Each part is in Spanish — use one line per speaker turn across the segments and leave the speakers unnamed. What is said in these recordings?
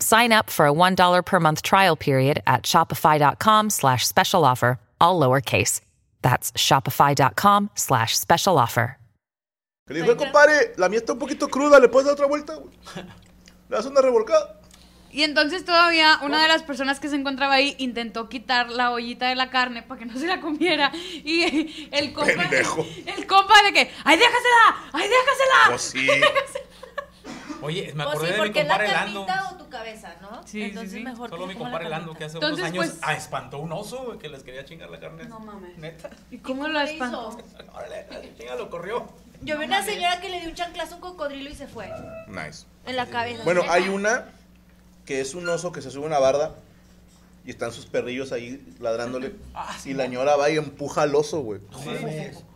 Sign up for a $1 per month trial period at Shopify.com slash special offer, all lowercase. That's Shopify.com slash special offer.
Que le dijo, "Eh, compadre, la mía está un poquito cruda, ¿le puedes dar otra vuelta? güey? ¿Le das una revolcada?
Y entonces todavía una de las personas que se encontraba ahí intentó quitar la ollita de la carne para que no se la comiera. Y el compa...
Pendejo.
El compa de que, ¡ay, déjasela! ¡ay, déjasela!
Pues sí.
Oye, me
Pues sí,
acordé de mi
porque es la
compadre Lando.
carnita o tu cabeza, ¿no?
Sí,
Entonces
sí, sí.
mejor
Solo
que
mi
se coma
compadre
la
Lando que
carnita.
hace
Entonces,
unos años
pues-
ah, espantó un oso güey, que les quería chingar la carne.
No mames.
Neta.
¿Y cómo
¿Qué
lo
le
espantó?
hizo?
Órale, chinga, lo corrió.
Yo vi una señora que le dio un chanclazo a un cocodrilo y se fue.
Nice.
En la cabeza.
Bueno, hay una que es un oso que se sube a una barda y están sus perrillos ahí ladrándole. y la ñora va y empuja al oso, güey.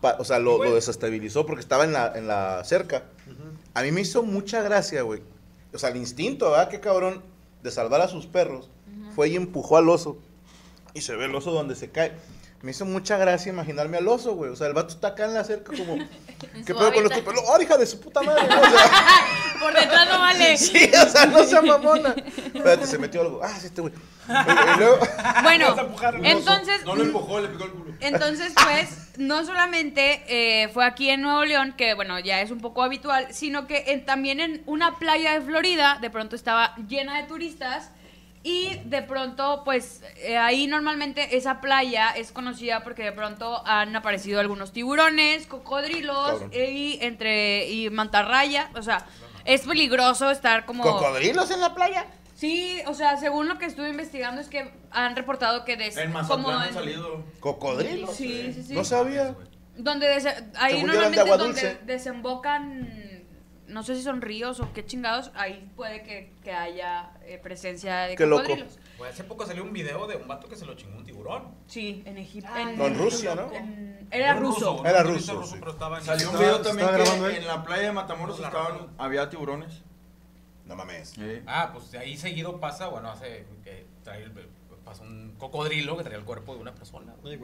Pa- o sea, lo, lo desestabilizó porque estaba en la, en la cerca.
Pues,
A mí me hizo mucha gracia, güey. O sea, el instinto, ¿verdad? Qué cabrón de salvar a sus perros. Fue y empujó al oso. Y se ve el oso donde se cae. Me hizo mucha gracia imaginarme al oso, güey. O sea, el vato está acá en la cerca como... ¿Qué pedo
su
con
hábitat.
estos perros? ¡Oh, hija de su puta madre! ¿no? O sea,
Por detrás no vale.
Sí, o sea, no sea mamona. Espérate, se metió algo. Ah, sí, este güey. Y luego-
Bueno,
Vas a empujarlo.
entonces...
No lo empujó, le picó el culo.
Entonces, pues, no solamente eh, fue aquí en Nuevo León, que bueno, ya es un poco habitual, sino que en- también en una playa de Florida, de pronto estaba llena de turistas. Y de pronto, pues eh, ahí normalmente esa playa es conocida porque de pronto han aparecido algunos tiburones, cocodrilos
Cabrón.
y entre y mantarraya, o sea, es peligroso estar como
¿Cocodrilos en la playa?
Sí, o sea, según lo que estuve investigando es que han reportado que de
En
como
Mazatlán
en-
han salido.
¿Cocodrilos?
Sí, sí, sí.
No sabía.
Donde dese- ahí
Según yo eran de
normalmente
agua
donde
dulce.
desembocan, no sé si son ríos o qué chingados, ahí puede que, que haya eh, presencia de
Qué loco.
cocodrilos.
Güey, hace poco salió un video de un vato que se lo chingó un tiburón.
Sí, en Egipto.
No, en Rusia, ¿no?
en- era ruso.
güey,
Era
un
ruso,
ruso,
sí.
pero estaba en-
Salió un
estaba-
video también
estaba grabando
que
él.
en la playa de Matamoros estaban, había tiburones.
No mames.
Ah, pues de ahí seguido pasa, bueno, hace que trae el- pasa un cocodrilo que traía el cuerpo de una persona. güey.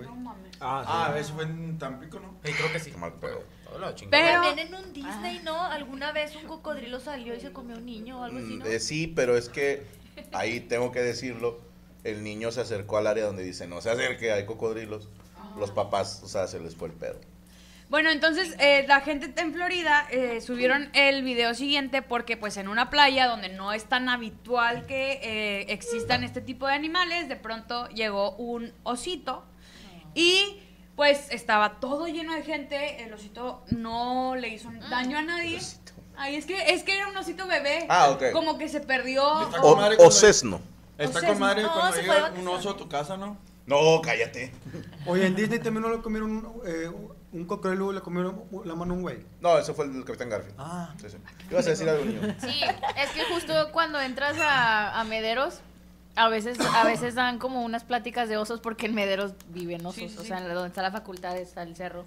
Ah, eso fue en Tampico, ¿no?
Sí, creo que sí.
Qué mal pedo.
Todo lo chingó.
Pero- Ah.
También en un Disney, ¿no? Alguna vez un cocodrilo salió y se comió a un niño o algo así,
Mm,
¿no?
eh, sí, pero es que ahí tengo que decirlo. El niño se acercó al área donde dice no se acerque, hay cocodrilos.
Ah.
Los papás, o sea, se les fue el pedo.
Bueno, entonces eh, la gente en Florida eh, subieron el video siguiente porque pues en una playa donde no es tan habitual que eh, existan este tipo de animales, de pronto llegó un osito y pues estaba todo lleno de gente, el osito no le hizo daño a nadie. Ay, es que, es que era un osito bebé.
Ah, ok.
Como que se perdió.
Está
o-
con madre cuando-
sesno.
Está
O sea,
con madre
no,
cuando
se fue de
llega un
vacaciones.
oso a tu casa, ¿no?
No, cállate.
Oye, en Disney también no le comieron eh, un cocodrilo, le comieron la mano a un güey.
No, eso fue el del Capitán Garfield. Ah. Sí, sí. Ibas a decir algo, niño.
Sí, es que justo cuando entras a, a Mederos, a veces, a veces dan como unas pláticas de osos porque en Mederos viven osos,
Sí, sí,
o
sí.
sea, en la- donde está la facultad está el cerro.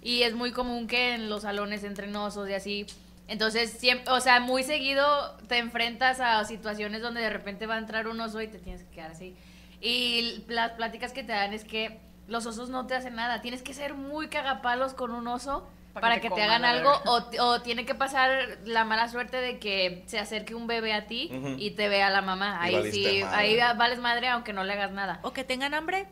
Y es muy común que en los salones entren osos y así. Entonces, siempre, o sea, muy seguido te enfrentas a situaciones donde de repente va a entrar un oso y te tienes que quedar así. Y las pláticas que te dan es que los osos no te hacen nada. Tienes que ser muy cagapalos con un oso para, que, te, hagan algo o, t- o tiene que pasar la mala suerte de que se acerque un bebé a ti
Ujú.
y te vea la mamá.
Y
Ahí
valiste
sí,
madre.
ahí va- vales madre aunque no le hagas nada.
O que tengan hambre.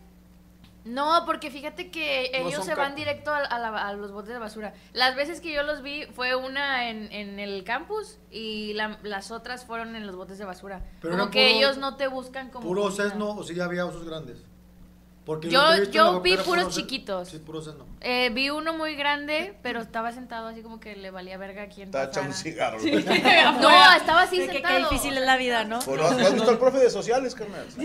No, porque fíjate que
No
ellos
son
se van
cap-
directo a, a la- a los botes de basura. Las veces que yo los vi fue una en, en el campus y la- las otras fueron en los botes de basura.
Pero
como
era
que
puro-
ellos no te buscan como...
Puro
comida.
sesno, o si ya había osos grandes. Porque
Yo-
lo que he visto en
yo
la
vi
frontera
puros
fueron osos-
chiquitos.
Sí, puro sesno.
Eh, vi uno muy grande, pero estaba sentado así como que le valía verga a quien
Estaba hecha un
pasara.
cigarro.
Sí.
güey.
No, estaba así
De que-
sentado.
Qué difícil es la vida, ¿no?
Pues, ¿no? ¿No has visto al profe de sociales, carnal? Le
Son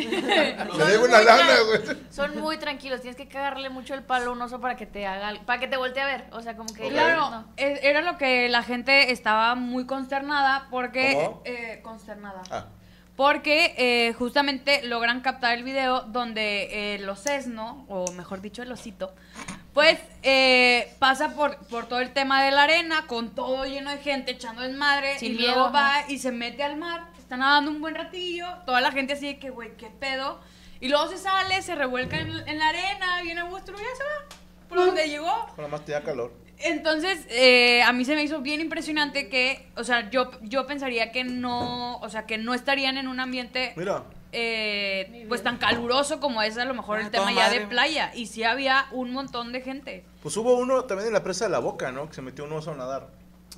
debo una
muy
lana,
tra-
güey.
Son muy tranquilos, tienes que cagarle mucho el palo a un oso para que te haga, al- para que te voltee a ver, o sea, como que
Claro,
no.
eh, era lo que la gente estaba muy consternada porque...
¿Cómo?
eh, consternada.
Ah,
Porque eh, justamente logran captar el video donde eh, el osesno, o mejor dicho, el osito, pues eh, pasa por, por todo el tema de la arena, con todo lleno de gente echando desmadre,
Sin
y
miedo,
luego va
ajá.
y se mete al mar, está nadando un buen ratillo, toda la gente así de que, güey, qué pedo. Y luego se sale, se revuelca en, en la arena, viene a gusto, y luego ya se va. Por donde llegó,
nada más tenía calor.
entonces, eh, a mí se me hizo bien impresionante que, o sea, yo, yo pensaría que no, o sea, que no estarían en un ambiente
Mira,
eh, pues tan caluroso como es a lo
Ah,
mejor el tema ya de playa. Y sí había un montón de gente.
pues hubo uno también en la presa de la boca, ¿no? Que se metió un oso a nadar.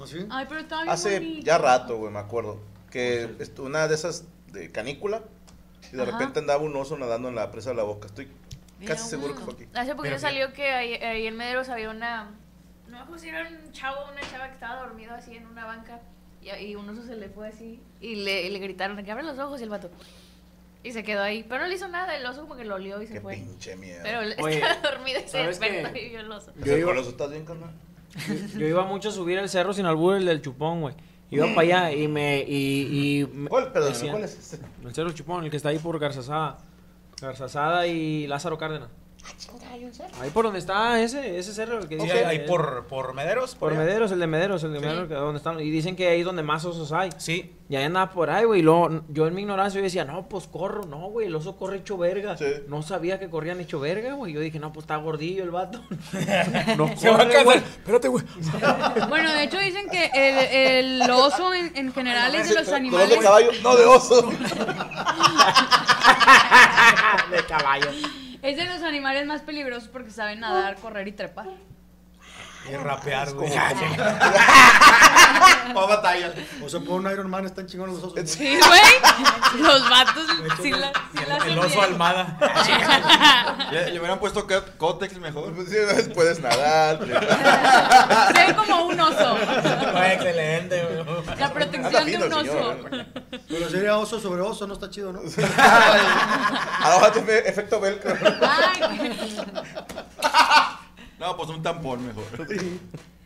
¿Ah, sí?
Ay, pero estaba bien
Hace
bonito.
ya rato, güey, me acuerdo. Que est- una de esas de canícula y de
Ajá.
repente andaba un oso nadando en la presa de la boca. Estoy
Mira,
casi seguro que fue aquí.
Hace poquito
Pero-
salió que ahí, ahí en Mederos había una. No me acuerdo si era un chavo o una chava que estaba dormido así en una banca. Y, y un oso se le fue así. Y le, y le gritaron que abre los ojos y el vato. Y se quedó ahí. Pero no le hizo nada. El oso como que lo olió y se
Qué
fue.
pinche miedo.
Pero él
Oye,
estaba dormido y se
¿sabes qué?
despertó y vio el oso.
Yo
Yo iba-
¿estás bien, carnal?
Yo- Yo iba mucho a subir el cerro sin albur, el del chupón, güey. Iba para allá y me. Y, y me-
¿Cuál? Perdón,
decían-
¿cuál es este?
El cerro del chupón, el que está ahí por Garzazada. Garzazada y Lázaro Cárdenas.
Pues
Ahí por donde está ese, ese cerro, el que
Sí,
dice. eh,
ahí- ahí por, por Mederos.
Por
allá.
Mederos, el de Mederos, el de
Sí.
Mederos, que donde están. Y dicen que ahí es donde más osos hay.
Sí.
Y ahí andaba por ahí, güey. y luego, yo en mi ignorancia yo decía, no, pues corro, no, güey, el oso corre hecho verga. No sabía que corrían hecho verga, güey. Yo dije, no, pues está gordillo el vato. no
Se va a
corre,
cansar.
güey.
Espérate, güey.
Bueno, de hecho dicen que el, el oso en, en general es de los
Color de
animales.
caballo, no de oso.
de caballo.
Es de los animales más peligrosos porque saben nadar, correr y trepar.
Y rapear, güey.
Pa' batalla.
O sea, por un Iron Man están chingones los osos. ¿no?
Sí, güey. Los vatos sí la, sí la hacen
El oso
bien.
Almada.
Le, le hubieran puesto Cat- Cotex mejor.
Pues sí, Puedes nadar. trepar.
Creen como un oso.
Güey, excelente, güey.
La
Anda
protección de
fino el
un oso.
señor, ¿eh?
Pero sería oso sobre oso, no está chido, ¿no?
Ahora te ve- efecto velcro.
Ay.
No, pues un tampón mejor.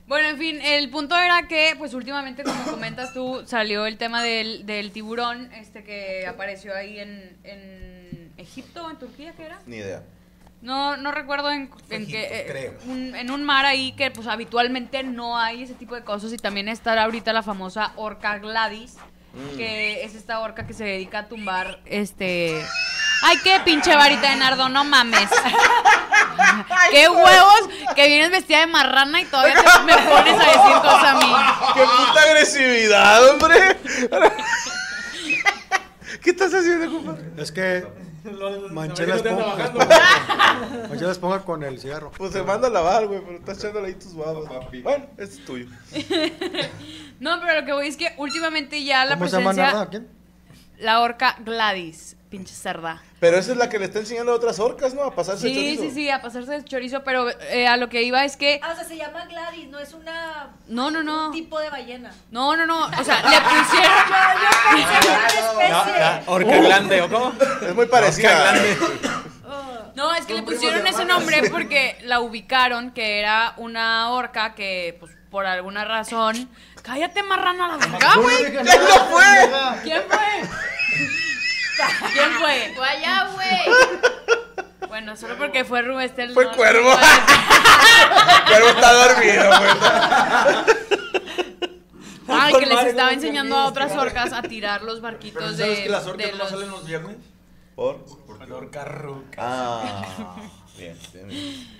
Bueno, en fin, el punto era que, pues últimamente, como comentas tú, salió el tema del, del tiburón, este que apareció ahí en, en Egipto, en Turquía, ¿qué era?
Ni idea.
No, no recuerdo en, en
Egipto,
qué, eh,
creo.
un- en un mar ahí que, pues habitualmente no hay ese tipo de cosas y también está ahorita la famosa orca Gladys, que es esta orca que se dedica a tumbar, este. Ay, qué pinche varita de nardo, no mames. Qué huevos que vienes vestida de marrana y todavía te- me pones a decir cosas a mí.
¡Qué puta agresividad, hombre! ¿Qué estás haciendo, compadre?
Es que manché la esponja. Manché la esponja con el cigarro.
Pues se manda a lavar, güey, pero estás echándole ahí tus babas. Bueno, este es tuyo.
No, pero lo que voy es que últimamente ya la
¿Cómo se llama Narda?
presencia.
¿Quién?
La orca Gladys, pinche cerda.
Pero esa es la que le está enseñando a otras orcas, ¿no? A pasarse el
Sí,
chorizo.
sí, sí, a pasarse de chorizo, pero eh, a lo que iba es que.
Ah, o sea, se llama Gladys, no es una
No, no, no.
un tipo de ballena.
No, no, no. O sea, le pusieron.
Ah,
Uh.
Orca grande, ¿o cómo?
Es muy parecida.
No, es que le pusieron ese nombre porque la ubicaron que era una orca que, pues, por alguna razón. Cállate, marrana, a la verga,
Yo no
güey.
dije nada, pendeja.
¿Quién fue? ¿Quién fue?
Fue allá, güey.
Bueno, solo porque fue Rubestel.
Fue cuervo. Pero está dormido, güey.
Ay, que les estaba enseñando a otras orcas a tirar los
Pero
barquitos
¿sabes
de.
que las
de
orcas no
los-
salen los viernes?
¿Por?
Orca ruca.
Ah, bien, bien. bien.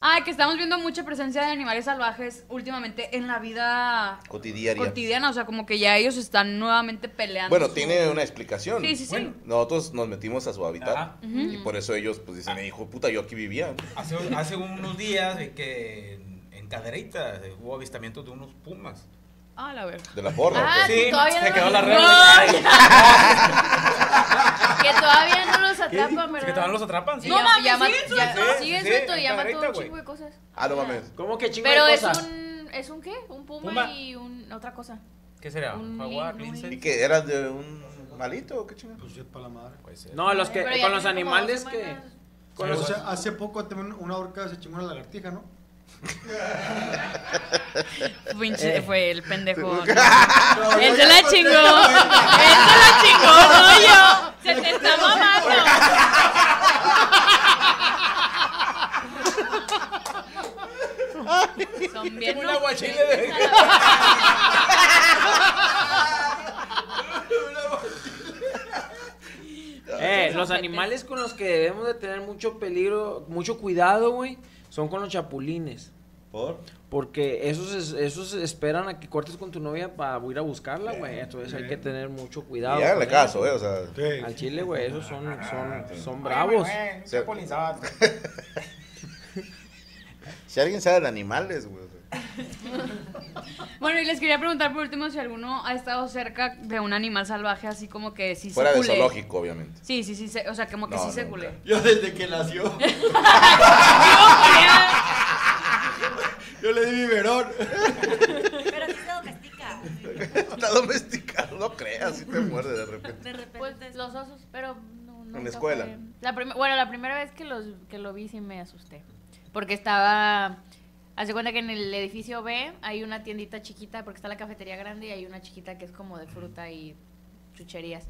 Ay, que estamos viendo mucha presencia de animales salvajes últimamente en la vida
Cotidiana.
cotidiana. O sea, como que ya ellos están nuevamente peleando.
Bueno,
su-
tiene una explicación.
Sí, sí, sí.
Bueno, Nosotros nos metimos a su hábitat
Ajá.
Ujú.
y por eso ellos pues dicen, hijo puta, yo aquí vivía.
Hace, hace unos días vi que en, en Cadereyta eh, hubo avistamientos de unos pumas.
Ah, la verga.
De la porra.
Ah,
ok.
tú todavía
se
no
quedó
lo-
la red.
No, Que todavía no los atrapan,
Que
¿verdad?
todavía los atrapan, sí.
No mames,
Llama-
sigue en
ya-
suelto,
sí,
sigue en
sí,
suelto
en
y llama
Cadereyta,
todo un
güey.
chingo de cosas.
Ah, no mames.
¿Cómo que chingo
Pero
de
es
cosas?
un, ¿es un qué? Un puma,
Puma.
y un, otra cosa.
¿Qué será?
Un
¿Jaguar?
lin-
¿Y que era de un malito o qué chingada?
Pues es para la madre.
No, los que,
Pero ya
con los
tiene como
animales
dos
que...
semanas.
con
o
los-
sea, hace poco también una orca se chingó una lagartija, ¿no?
Pinche
Eh.
fue el pendejo.
No,
¿no?
yo
Él se la
no
chingó. Él se
tengo cuenta.
la chingó, no yo. Se te está mamando. Son bien.
Un aguachile
de.
Eh, los animales con los que debemos de tener mucho peligro, mucho cuidado, güey, son con los chapulines.
¿Por?
Porque esos, es- esos esperan a que cortes con tu novia para ir a buscarla, güey. Entonces hay que tener mucho cuidado.
Y háganle
con
caso,
ellos,
eh, o sea.
güey. Al chile, güey, esos son, son, son bravos.
Se- Si alguien sabe de animales, güey. o sea.
Bueno, y les quería preguntar por último si alguno ha estado cerca de un animal salvaje así como que sí
Fuera
se
de
culé.
zoológico, obviamente.
Sí, sí, sí, se- o sea, como que
No,
sí se
nunca.
culé.
Yo desde que nació. Yo le di biberón.
Pero sí se domestica.
Está domesticado, no creas, si te muerde de repente.
De repente.
Pues los osos, pero no, no.
la escuela.
La prim- bueno, la primera vez que, los, que lo vi sí me asusté. Porque estaba. Hace cuenta que en el edificio B hay una tiendita chiquita, porque está la cafetería grande y hay una chiquita que es como de fruta y chucherías.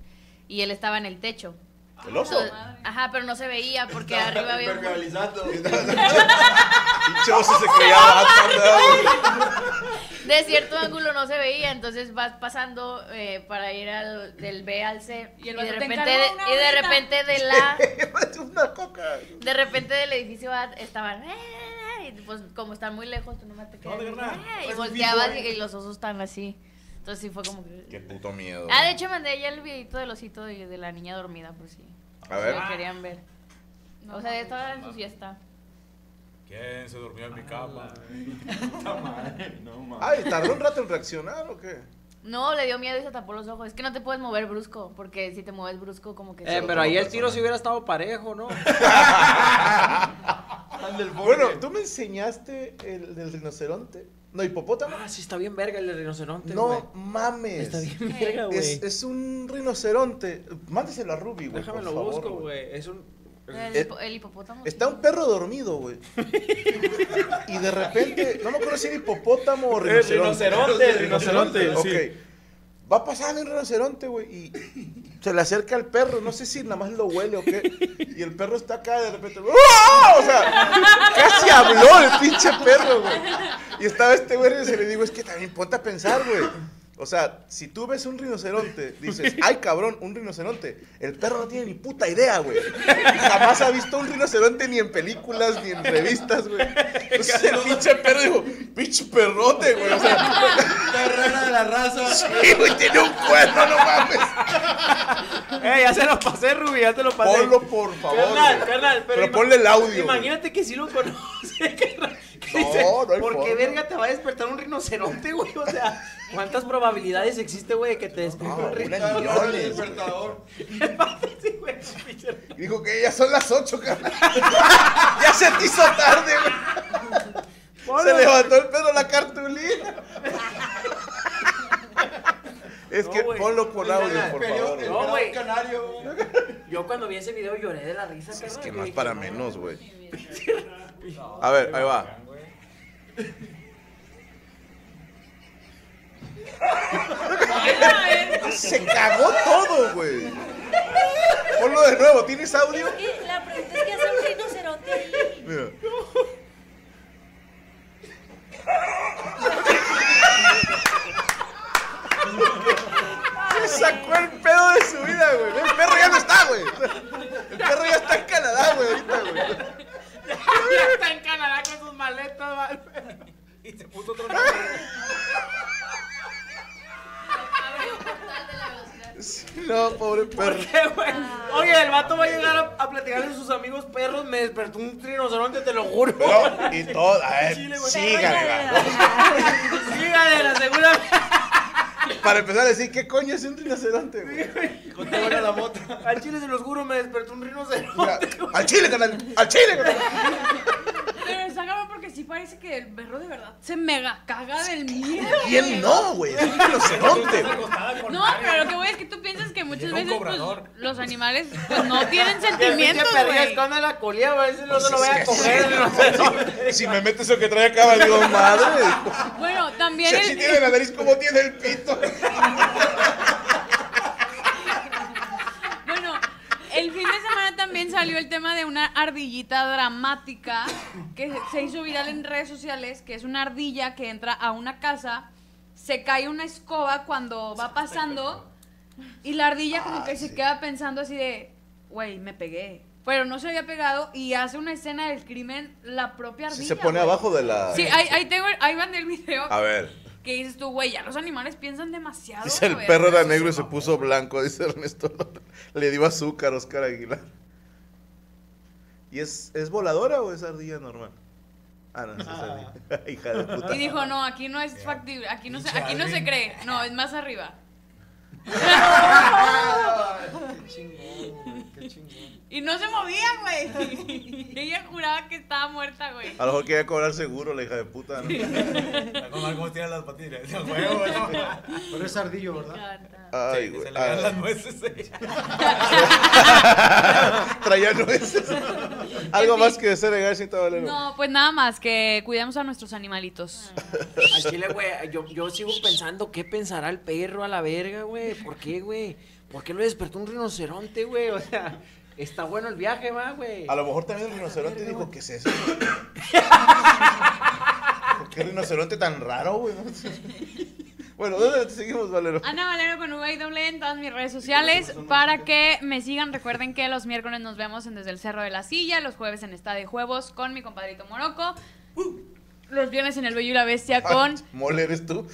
Y él estaba en el techo.
¿El oso? Ah,
Entonces- Ajá, pero no se veía porque
Estaba
arriba había. un-
Impermeabilizando.
Pinche oso se creía Batman, ¿verdad, güey?
de cierto ángulo no se veía, entonces vas pasando eh, para ir al, del B al C y,
el
de
vato te
repente
encargó
de-
una
y de
horita.
repente de la
una coca.
de repente del edificio A estaban "Eh, eh, eh", y pues como están muy lejos tú nomás te quedas
te carnal,
"Eh", y
Pues
es un
volteabas y,
beatboy.
y los osos están así. Entonces sí fue como que
Qué puto miedo.
Ah, de hecho mandé ya el videito del osito de, de la niña dormida por si
A ver.
si lo querían ver.
No
o sea,
mames.
estaba en su siesta.
¿Quién se durmió en mi cama?
No mames.
Ay, ¿tardó un rato en reaccionar o qué?
No, le dio miedo y se tapó los ojos. Es que no te puedes mover brusco, porque si te mueves brusco como que
Eh,
se-
pero ahí el tiro si hubiera estado parejo, ¿no?
Bueno, tú me enseñaste el del rinoceronte. No, hipopótamo.
Ah, sí, está bien verga el de rinoceronte, güey.
No mames.
Está bien verga, güey.
Es, es un rinoceronte. Mándeselo a Ruby, güey.
Déjame
por
lo
favor,
busco,
güey.
güey. Es un...
El,
Eh,
hipo- el hipopótamo.
Está un perro dormido, güey. y de repente, no me acuerdo si era hipopótamo o
El
rinoceronte.
rinoceronte, el rinoceronte,
Ok. Va pasando el rinoceronte, güey, y se le acerca al perro. No sé si nada más lo huele o qué. Y el perro está acá de repente. ¡Uah! O sea, casi habló el pinche perro, güey. Y estaba este güey y se le digo, es que también ponte a pensar, güey. O sea, si tú ves un rinoceronte, dices, ay cabrón, un rinoceronte. El perro no tiene ni puta idea, güey. Jamás ha visto un rinoceronte ni en películas, ni en revistas, güey. Entonces el pinche perro dijo, pinche perrote, güey. O sea,
Carrera de la raza.
sí, güey, tiene un cuerno, no mames.
Eh, ya se lo pasé, Ruby, ya te lo pasé.
Ponlo, por favor.
Carnal,
güey.
carnal, pero,
Pero
ima-
ponle el audio,
Imagínate que si lo conoce, carnal. Que
No,
dice,
no hay
¿Por qué
forma".
verga te va a despertar un rinoceronte, güey? O sea, ¿cuántas probabilidades existe, güey, de que te despierte
No,
un
una
rinoceronte?
millones, güey. Y dijo que ya son las 8, carnal. ya se te hizo tarde, güey. Se levantó el pedo la cartulina. es que ponlo por audio, por favor. güey.
No, güey. Yo cuando vi ese video lloré de la risa,
Es
carnal,
que
yo
no es
dije,
para menos, güey. A ver, ahí va. Se cagó todo, güey. Ponlo de nuevo, ¿tienes audio?
Es que la pregunta es: ¿qué hace un rinoceronte ahí?
Mira. Se sacó el pedo de su vida, güey. El perro ya no está, güey. El perro ya está en Canadá, güey, ahorita, güey.
Ya está en Canadá con sus maletas, va el perro. Y se puso otro nombre.
No, pobre perro.
Oye, el vato va a llegar a, a platicarle a sus amigos perros. Me despertó un rinoceronte, te lo juro.
No, y todo, a ver, sígale, va.
Sígale, la segunda.
Para empezar a decir, ¿qué coño es un rinoceronte, güey?
la mota. Al chile se los juro, me despertó un
Mira,
rinoceronte.
al chile, canal, al chile, canal.
Pero está cabrón porque sí parece que el perro de verdad se mega caga del miedo.
¿Quién no, güey? Es un rinoceronte, güey.
No, pero lo que voy es que tú piensas que muchas
Llega un
veces pues,
cobrador.
los animales pues, no tienen
Sentimiento,
sentimientos,
perría
güey.
esconde la colía, a ver si no se lo voy a
Sí, sí,
coger.
sí. Si, si me metes lo que trae acá, me digo, madre.
Bueno,
Si
también
así
el...
tiene la nariz, ¿cómo tiene el pito?
Bueno, el fin de semana también salió el tema de una ardillita dramática que se hizo viral en redes sociales, que es una ardilla que entra a una casa, se cae una escoba cuando va pasando y la ardilla como que se queda pensando así de, güey, me pegué. Pero no se había pegado y hace una escena del crimen la propia ardilla.
Si se pone
güey.
abajo de la.
Sí, ahí, ahí tengo, ahí van del video
A ver.
que dices tú, güey, ya los animales piensan demasiado.
Dice el
güey".
perro era negro y se puso blanco, dice Ernesto. Lora. Le dio azúcar a Oscar Aguilar. ¿Y es, es voladora o es ardilla normal? Ah, no, es ardilla. Hija de puta.
Y dijo, no, aquí no es factible, aquí no, se, aquí no se cree, no, es más arriba.
Qué chingón, güey, qué chingón.
Y no se movía, güey. Y Ella juraba que estaba muerta, güey.
A lo mejor quería cobrar seguro, la hija de puta. ¿no?
¿Cómo tiran las patillas? Huevo, ¿no?
Pero es ardillo, ¿verdad?
Ay, güey.
Se le caen las nueces.
Ah. Traía nueces. Algo
En
más
fin.
que desea negar sin tabalero.
No, pues nada más, que cuidemos a nuestros animalitos.
Al chile, güey, yo, yo sigo pensando qué pensará el perro a la verga, güey. ¿Por qué, güey? ¿Por qué lo despertó un rinoceronte, güey? O sea, está bueno el viaje, va, güey.
Ah,
A lo mejor también el rinoceronte dijo, ¿qué es eso? ¿Por qué rinoceronte tan raro, güey? Bueno, ¿dónde seguimos, Valero?
Ana Valero con V y doble en todas mis redes sociales para que me sigan. Recuerden que los miércoles nos vemos en Desde el Cerro de la Silla, los jueves en Está de Juegos con mi compadrito Moroco, los viernes en El Bello y la Bestia con...
Mole eres tú.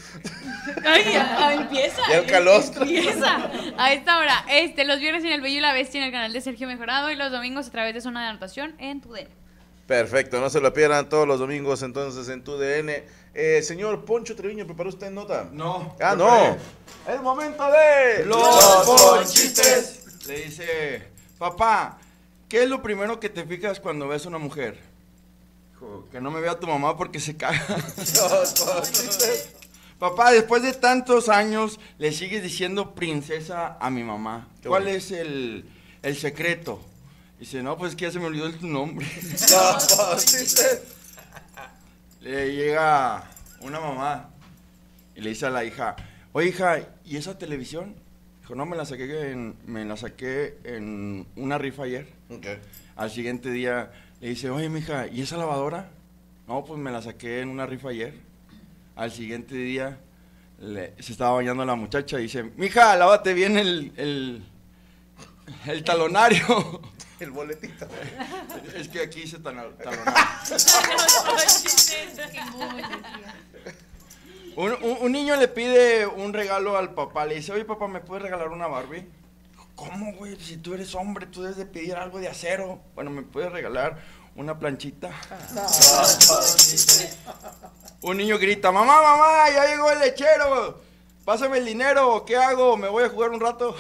¡Ay, ya, ah, empieza!
Ya el calostro.
Empieza. A esta hora, este, los viernes en El Bello y la Bestia en el canal de Sergio Mejorado y los domingos a través de Zona de Anotación en tu DN.
Perfecto, no se lo pierdan todos los domingos entonces en tu DN. Eh, señor Poncho Treviño, ¿preparó usted nota? No. Ah, no. El momento de
los ponchistes. Le dice, papá, ¿qué es lo primero que te fijas cuando ves a una mujer? Dijo, que no me vea tu mamá porque se caga. Los ponchistes. Papá, después de tantos años le sigues diciendo princesa a mi mamá. ¿Cuál
bonito.
es el, el secreto? Dice, no, pues que ya se me olvidó el- tu nombre.
Los ponchistes.
Le llega una mamá y le dice a la hija, oye hija, ¿y esa televisión? Dijo, no, me la saqué en, me la saqué en una rifa ayer. Al siguiente día le dice, oye mija, ¿y esa lavadora? No, pues me la saqué en una rifa ayer. Al siguiente día le- se estaba bañando la muchacha y dice, mija, lávate bien el, el, el talonario.
El boletito.
es que aquí dice talo- talonario. Un, un- un niño le pide un regalo al papá, le dice, oye papá, ¿me puedes regalar una Barbie? ¿Cómo, güey? Si tú eres hombre, tú debes de pedir algo de acero. Bueno, ¿me puedes regalar una planchita? un niño grita, mamá, mamá, ya llegó el lechero. Pásame el dinero, ¿qué hago? ¿Me voy a jugar un rato?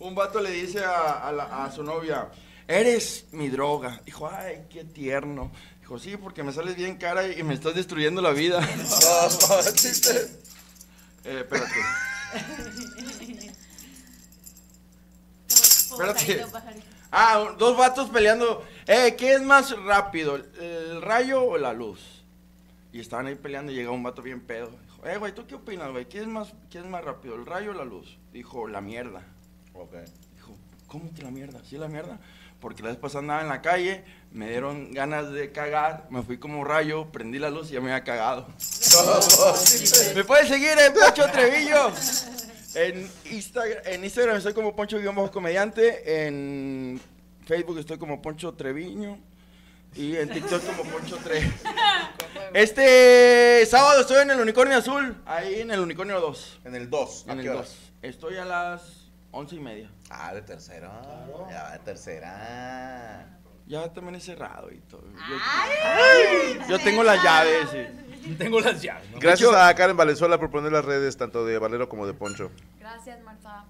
un vato le dice a, a la- a su novia, eres mi droga. Dijo, ay, qué tierno. Dijo, sí, porque me sales bien cara y me estás destruyendo la vida. Eh, espérate. Espérate. Ah, un- dos vatos peleando. Eh, ¿qué es más rápido, el rayo o la luz? Y estaban ahí peleando y llega un vato bien pedo. Dijo, eh, güey, ¿tú qué opinas, güey? ¿Qué es más, qué es más rápido, el rayo o la luz? Dijo, la mierda.
Ok.
Dijo, ¿cómo que la mierda? ¿Sí la mierda? Porque la vez pasada andaba en la calle, me dieron ganas de cagar, me fui como rayo, prendí la luz y ya me había cagado. ¿Me puedes seguir en Poncho Trevillo? En, Instagram, en Instagram estoy como Poncho-comediante, en Facebook estoy como Poncho Treviño y en TikTok como Poncho Tre. Este sábado estoy en el Unicornio Azul, ahí en el Unicornio 2.
En el 2,
en el
qué hora?
2. Estoy a las once y media.
Ah, de tercero. Ya va de tercera.
Ya también es cerrado y todo. Yo,
Ay.
yo tengo las llaves. sí.
Tengo las llaves. ¿no?
Gracias a Karen Valenzuela por poner las redes tanto de Valero como de Poncho.
Gracias, Marta.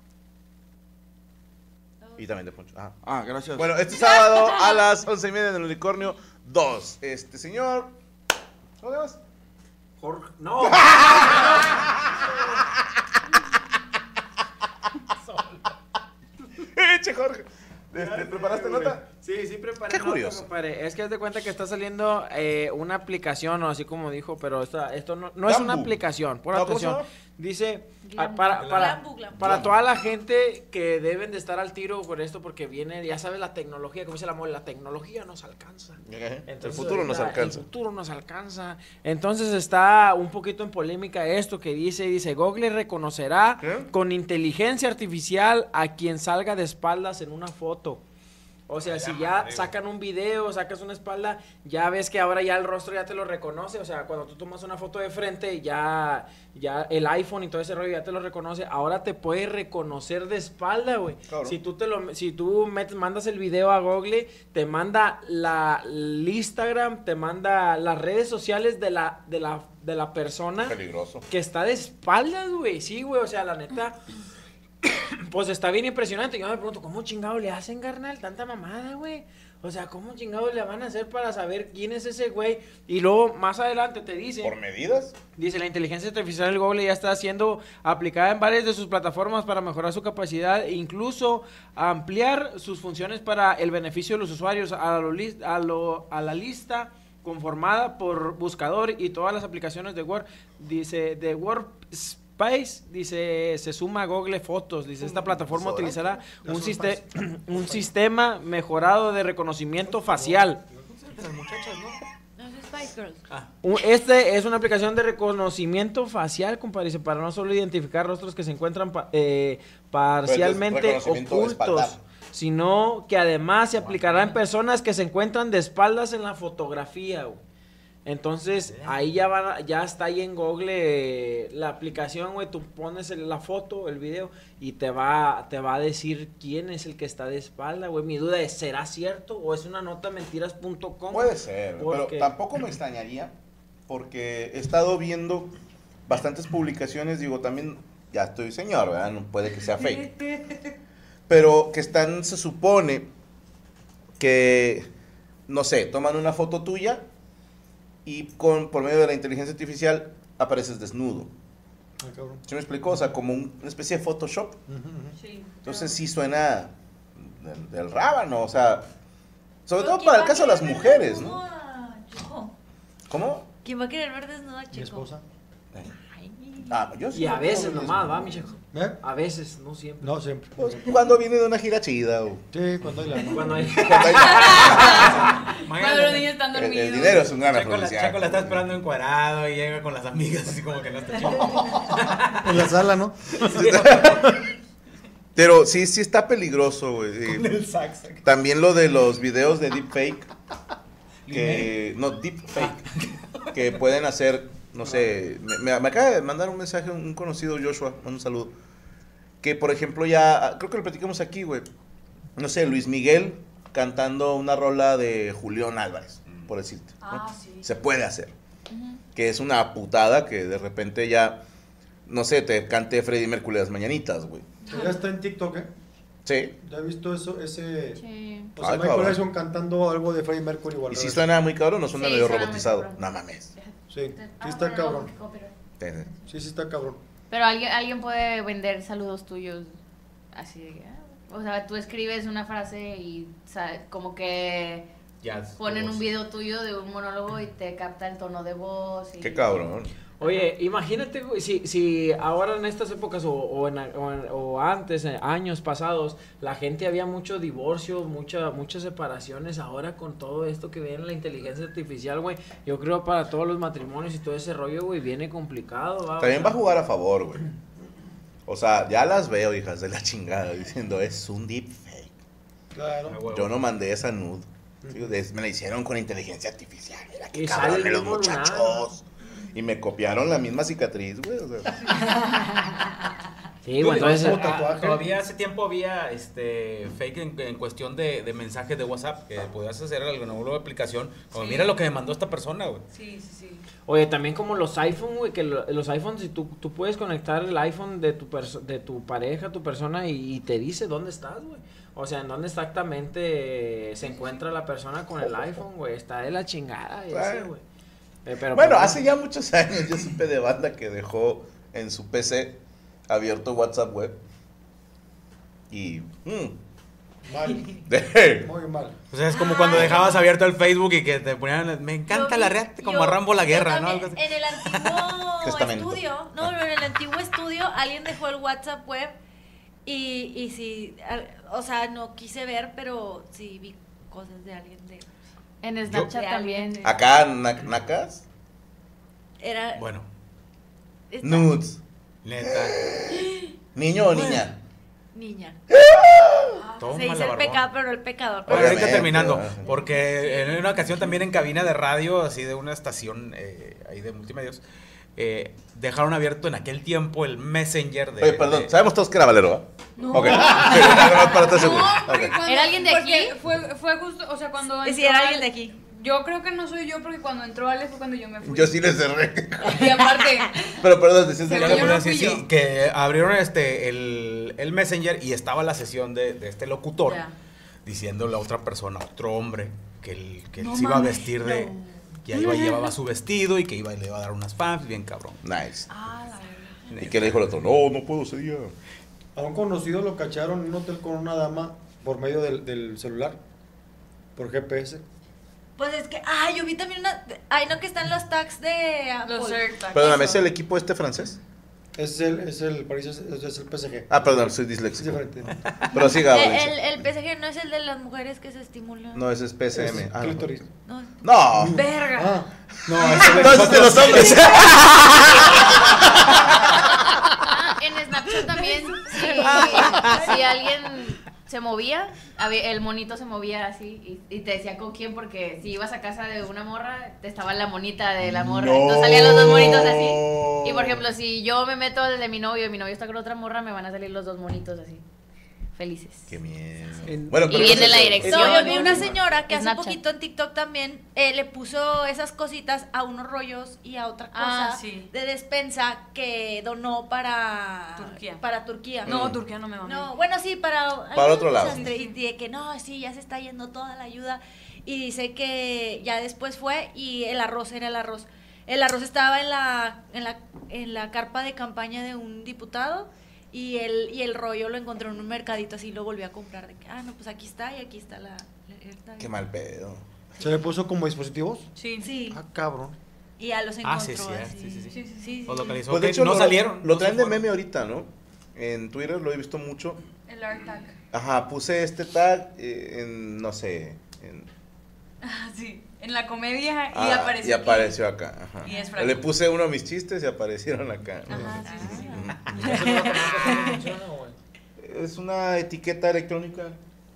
Y también de Poncho. Ah,
gracias.
Bueno, este sábado a las once y media en el Unicornio 2. Este señor. ¿Cómo te llamas?
Jorge. No.
Oh. Eche, Jorge. Este, ¿Preparaste nota?
Sí, sí preparé.
Qué
nota,
curioso.
compadre. Es que haz de cuenta que está saliendo eh, una aplicación, o así como dijo, pero esta- esto no, no es una
Glambu.
aplicación. Por
No, ¿cómo se
atención.
llama?
Dice,
Glambu.
ah, para, para,
Glambu, Glambu.
para
Glambu.
toda la gente que deben de estar al tiro con esto, porque viene, ya sabes, la tecnología, como dice la mole, la tecnología nos alcanza.
Eh, el futuro nos
ahorita,
alcanza.
El futuro nos alcanza. Entonces está un poquito en polémica esto que dice, dice, Google reconocerá con inteligencia artificial a quien salga de espaldas en una foto. O sea, si ya sacan un video, sacas una espalda, ya ves que ahora ya el rostro ya te lo reconoce. O sea, cuando tú tomas una foto de frente, ya, ya el iPhone y todo ese rollo ya te lo reconoce. Ahora te puede reconocer de espalda, güey.
Claro.
Si tú, te lo, si tú metes- mandas el video a Google, te manda la el Instagram, te manda las redes sociales de la, de la, de la persona
Peligroso.
que está de espaldas, güey. Sí, güey, o sea, la neta. Pues está bien impresionante. Yo me pregunto, ¿cómo chingado le hacen, carnal, tanta mamada, güey? O sea, ¿cómo chingado le van a hacer para saber quién es ese güey? Y luego, más adelante te dice...
¿Por medidas?
Dice, la inteligencia artificial del Google ya está siendo aplicada en varias de sus plataformas para mejorar su capacidad e incluso ampliar sus funciones para el beneficio de los usuarios a, lo lis- a lo- a la lista conformada por buscador y todas las aplicaciones de Word. Dice, de Workspace, dice, se suma a Google Fotos. Dice, esta plataforma
Ahora,
utilizará
ya
un,
son
siste- un sistema mejorado de reconocimiento facial.
Las muchachas, ¿no?
No, es Spice Girls.
Un- Este es una aplicación de reconocimiento facial, compadre, dice, para no solo identificar rostros que se encuentran pa- eh,
Pero
parcialmente
es reconocimiento
ocultos,
espaldar.
sino que además se aplicará en personas que se encuentran de espaldas en la fotografía. güey. Entonces, ahí ya van, a- ya está ahí en Google eh, la aplicación, güey, tú pones el- la foto, el video y te va te va a decir quién es el que está de espalda, güey. Mi duda es, ¿será cierto o es una nota mentiras.com?
Puede ser, pero
Porque-
tampoco me extrañaría porque he estado viendo bastantes publicaciones, digo, también ya estoy señor, ¿verdad? No puede que sea fake, pero que están se supone que no sé, toman una foto tuya y con por medio de la inteligencia artificial apareces desnudo.
Ay, cabrón.
¿Se me explicó? O sea, como un- una especie de Photoshop.
Sí.
Entonces sí suena del, del rábano, o sea, sobre
Pero
todo
¿quién
para el
va a
caso de las
querer ver
mujeres,
desnudo
¿no?
a Chico?
¿Cómo?
Ah, ¿Quién va a querer ver desnuda, chico?
Ah, yo sí
Y a
lo
veces
tengo
nomás,
mismo.
va, mi chico. A veces, no siempre.
¿Eh? No, siempre.
Pues, cuando viene de una gira chida, o?
Sí, cuando hay la.
Cuando hay-
Cuando los niños están
El-
dormidos.
El dinero es un gran
Chaco la,
afrodisíaco.
Chaco la está esperando encuadrado y llega con las amigas así como que no está
En la sala, ¿no?
Pero sí, sí está peligroso, güey. sí.
Con el sax acá.
También lo de los videos de deepfake. Que, no, deepfake. que pueden hacer, no sé. Me, me- me acaba de mandar un mensaje un conocido Joshua, un saludo. Que por ejemplo ya, creo que lo platicamos aquí, güey. No sé, Luis Miguel cantando una rola de Julián Álvarez, por decirte. ¿no?
Ah, sí.
Se puede hacer. que es una putada que de repente ya, no sé, te cante Freddie Mercury las mañanitas, güey.
Ya está en TikTok, ¿eh?
Sí.
Ya he visto eso, ese. O sea,
Ay,
Michael
Ah, cabrón.
Jackson cantando algo de Freddie Mercury igual.
Y si suena muy cabrón, no suena
Sí,
medio
suena muy
robotizado.
cabrón.
No mames.
Sí,
Ah,
sí está cabrón.
Sí, sí.
Sí, sí está cabrón.
Pero alguien, alguien puede vender saludos tuyos así de que, ah, O sea, tú escribes una frase y sa- como que
Ya, es
ponen
como-
un video tuyo de un monólogo y te capta el tono de voz. y-
Qué cabrón.
Oye, imagínate güey, si, si ahora en estas épocas o, o en a- o en- o antes, en años pasados, la gente había mucho divorcio, mucha, muchas separaciones. Ahora con todo esto que viene la inteligencia artificial, güey, yo creo para todos los matrimonios y todo ese rollo, güey, viene complicado. ¿va? O
También
sea,
va a jugar a favor, güey. O sea, ya las veo, hijas de la chingada, diciendo, es un deepfake.
Claro.
Yo no mandé esa nude. Sí, des- Me la hicieron con inteligencia artificial. Mira qué
Y sale
cabrones
el
los
mismo lunar.
muchachos. Y me copiaron la misma cicatriz, güey. o sea.
Sí, güey, entonces-
Ah, todavía hace tiempo había este fake en, en cuestión de, de mensajes de WhatsApp que podías hacer alguna nueva aplicación. Como
Sí.
mira lo que me mandó esta persona, güey.
Sí, sí, sí.
Oye, también como los iPhone, güey, que lo- los iPhones, si tú, tú puedes conectar el iPhone de tu, perso- de tu pareja, tu persona, y, y te dice dónde estás, güey. O sea, en dónde exactamente eh, se encuentra la persona con el iPhone, güey. Está de la chingada ese,
Claro.
güey. Eh, pero-
bueno,
pero-
hace ya muchos años yo supe de banda que dejó en su PC abierto WhatsApp web. Y. mm.
Muy mal.
O sea, es como cuando dejabas abierto el Facebook y que te ponían, me encanta
Yo
la
vi-
red, como
yo-
a Rambo la
yo
guerra, ¿no?
también,
Algo así.
En el antiguo
Testamento.
estudio, no, no, en el antiguo estudio alguien dejó el WhatsApp web y, y sí, al- o sea, no quise ver, pero sí vi cosas de alguien de...
En Snapchat
de alguien.
también.
Acá, na- nacas.
Era...
Bueno.
Eh, Está-
Nudes.
Neta.
¿Niño o niña?
Niña.
Toma
Se dice
la
el
barbón.
pecado, pero el pecador.
Oye,
pero-
ahorita terminando, porque en una ocasión también en cabina de radio, así de una estación eh, ahí de multimedios, eh, dejaron abierto en aquel tiempo el Messenger de.
Oye, perdón, sabemos todos que era Valero, ¿verdad?
No.
Ok. Nada más para estar seguro.
No, porque
Ok.
cuando-
¿Era alguien de
porque Fue, fue justo, o sea, cuando.
Sí, sí,
entró
era
Ale-
alguien de aquí.
Yo creo que no soy yo porque cuando entró Ale fue cuando yo me fui.
Yo Pues sí le cerré.
Y aparte,
Pero perdón, decías de
Yo le
Valero.
ponía así, sí, que abrieron este el, el Messenger y estaba la sesión de, de este locutor
Ya.
diciendo la otra persona, otro hombre, que él, que él
No
se iba a
mames,
vestir de. Que iba y llevaba su vestido y que iba y le iba a dar unas fans, bien cabrón.
Nice.
Ah,
¿Y qué le dijo el otro? No, no puedo ese día.
A un conocido lo cacharon en un hotel con una dama por medio del, del celular, por GPS.
Pues es que, ay, yo vi también una... Ay, no, que están los tags de... Apple.
Perdóname, ¿es el equipo este francés?
Es el, es el París, es, es el PSG.
Ah, perdón, soy disléxico.
Es diferente.
Pero siga,
Eh,
Valencia.
el, el PSG no es el de las mujeres que se estimulan.
No, ese es PSM.
Es
Ah,
clítoris.
No.
No.
Verga.
No,
Entonces de los hombres.
Ah, en Snapchat también, si, si alguien se movía, había- el monito se movía así y, y te decía con quién, porque si ibas a casa de una morra, estaba la monita de la morra. Entonces salían los dos monitos así. Y por ejemplo, si yo me meto desde mi novio y mi novio está con otra morra, me van a salir los dos monitos así. Felices.
Qué miedo.
Y viene la dirección.
No, yo vi una señora que hace
Snapchat.
poquito en TikTok también eh, le puso esas cositas a unos rollos y a otra cosa
Ah, sí.
de despensa que donó para Turquía. Para Turquía.
No,
Mm.
Turquía no me mamé.
No, bueno, sí, para,
Para otro lado.
desastre. Y de que no, sí, ya se está yendo toda la ayuda. Y dice que ya después fue y el arroz era el arroz. El arroz estaba en la, en la, en la carpa de campaña de un diputado y el, y el rollo lo encontró en un mercadito así lo volvió a comprar. De que, ah, no, pues aquí está y aquí está la... la- esta".
Qué mal pedo.
¿Se le puso como dispositivos?
Sí.
Ah, cabrón.
Y ya los encontró.
Ah, sí, sí, ah,
así.
sí, sí, sí.
Sí, sí, sí.
Los localizó.
Pues de
que
hecho,
no
lo-
salieron.
Lo traen de meme ahorita, ¿no? En Twitter lo he visto mucho.
El art tag.
Ajá, puse este tag eh, en, no sé. en-
Ah, sí. En la comedia y
ah,
apareció.
y
aquí.
apareció acá. Ajá.
Y es
Le
frágil.
puse uno de mis chistes y aparecieron acá. Es una etiqueta electrónica.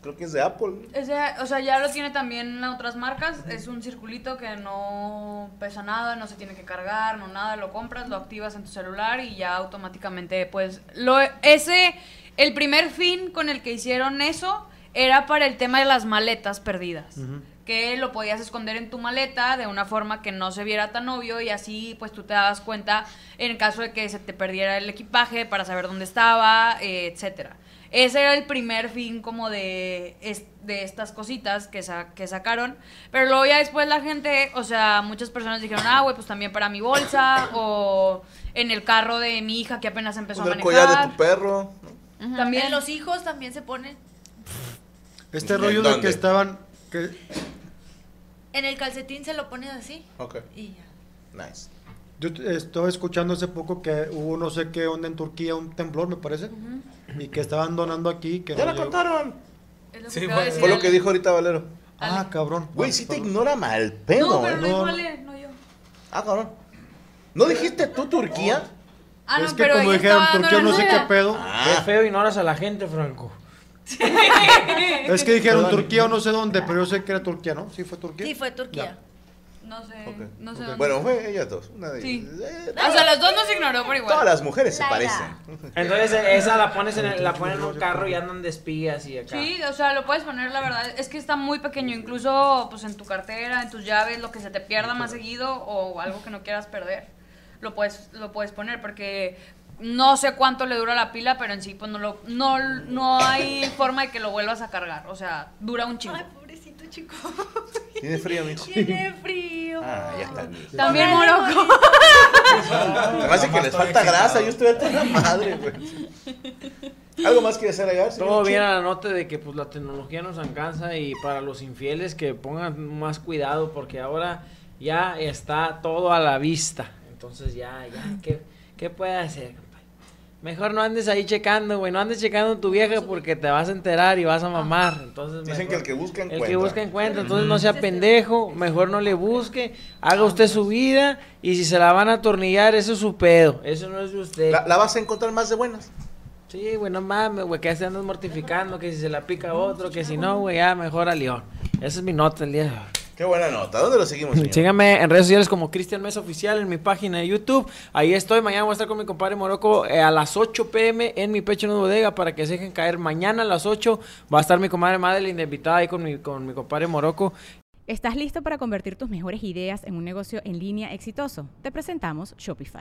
Creo que es de Apple.
O sea, o sea, ya lo tiene también otras marcas. Es un circulito que no pesa nada, no se tiene que cargar, no nada. Lo compras, lo activas en tu celular y ya automáticamente, pues, lo ese el primer fin con el que hicieron eso era para el tema de las maletas perdidas. Que lo podías esconder en tu maleta de una forma que no se viera tan obvio y así pues tú te dabas cuenta en caso de que se te perdiera el equipaje para saber dónde estaba, eh, etcétera. Ese era el primer fin como de, es- de estas cositas que, sa- que sacaron. Pero luego ya después la gente, o sea, muchas personas dijeron, ah, güey, pues también para mi bolsa o en el carro de mi hija que apenas empezó a
Con el
manejar.
collar de tu perro.
Ujú, También.
También. los hijos también se pone
Este
¿En
rollo de
dónde?
que estaban. Que,
en el calcetín, se lo pones así.
Ok.
Y ya.
Nice.
yo t- estaba escuchando hace poco que hubo no sé qué onda en Turquía, un temblor, me parece. Y que estaban donando aquí. Que
¡Ya
no
la
llegó.
contaron!
Sí, que acaba de fue- decir
fue lo
Ale.
que dijo ahorita Valero.
Ah, cabrón.
Güey, sí te ignora mal pedo,
No, pero
¿eh?
no es Vale, no yo.
Ah, cabrón. ¿No dijiste tú Turquía?
Ah,
Es
no,
que
pero
como
ella
dijeron,
estaba dando
Turquía
la
no sé qué
nueva.
pedo.
Ah.
Qué feo ignoras a la gente, Franco.
Es que dijeron Turquía o no sé dónde, pero yo sé que era Turquía, ¿no? Sí, fue Turquía.
Sí, fue Turquía.
No sé, no sé
ok.
dónde.
Bueno, fue ellas dos. Una de
Sí.
Eh,
O sea, los dos nos ignoró por igual.
Todas las mujeres se parecen.
Entonces eh, esa la pones en, el- la ponen en un carro y andan de espías y acá.
Sí, o sea, lo puedes poner, la verdad, es que está muy pequeño, incluso pues en tu cartera, en tus llaves, lo que se te pierda más seguido o algo que no quieras perder, lo puedes, lo puedes poner porque no sé cuánto le dura la pila, pero en sí pues no lo, no, no hay forma de que lo vuelvas a cargar, o sea, dura un chingo. Ay,
pobrecito chico.
Tiene frío, amigo.
Tiene frío.
Ah, ya está.
También
Ojalá
moroco.
Me parece que les falta grasa. Yo estoy hasta la madre, güey. ¿Algo más que hacer allá? señor
Todo
Chin?
bien a la nota de que pues la tecnología nos alcanza y para los infieles que pongan más cuidado porque ahora ya está todo a la vista. Entonces ya, ya, ¿qué, qué puede hacer, compadre? Mejor no andes ahí checando, güey, no andes checando tu vieja porque te vas a enterar y vas a mamar. Entonces
Dicen
mejor-
que el que busca
El que
encuentra.
busca encuentra, entonces no sea pendejo, mejor no le busque, haga usted su vida y si se la van a atornillar, eso es su pedo, eso no es de usted.
La, la vas a encontrar más de buenas.
Sí, güey, no mames, güey, que ya se andas mortificando, que si se la pica otro, que si no, güey, ya mejor a León. Esa es mi nota el día de hoy.
Qué buena nota. ¿Dónde lo seguimos, señor?
Síganme en redes sociales como Cristian Mesa Oficial en mi página de YouTube. Ahí estoy. Mañana voy a estar con mi compadre Morocco eh, a las 8 pm en mi pecho en bodega para que se dejen caer. Mañana a las 8 va a estar mi comadre Madeline de invitada ahí con mi, con mi compadre Morocco.
¿Estás listo para convertir tus mejores ideas en un negocio en línea exitoso? Te presentamos Shopify.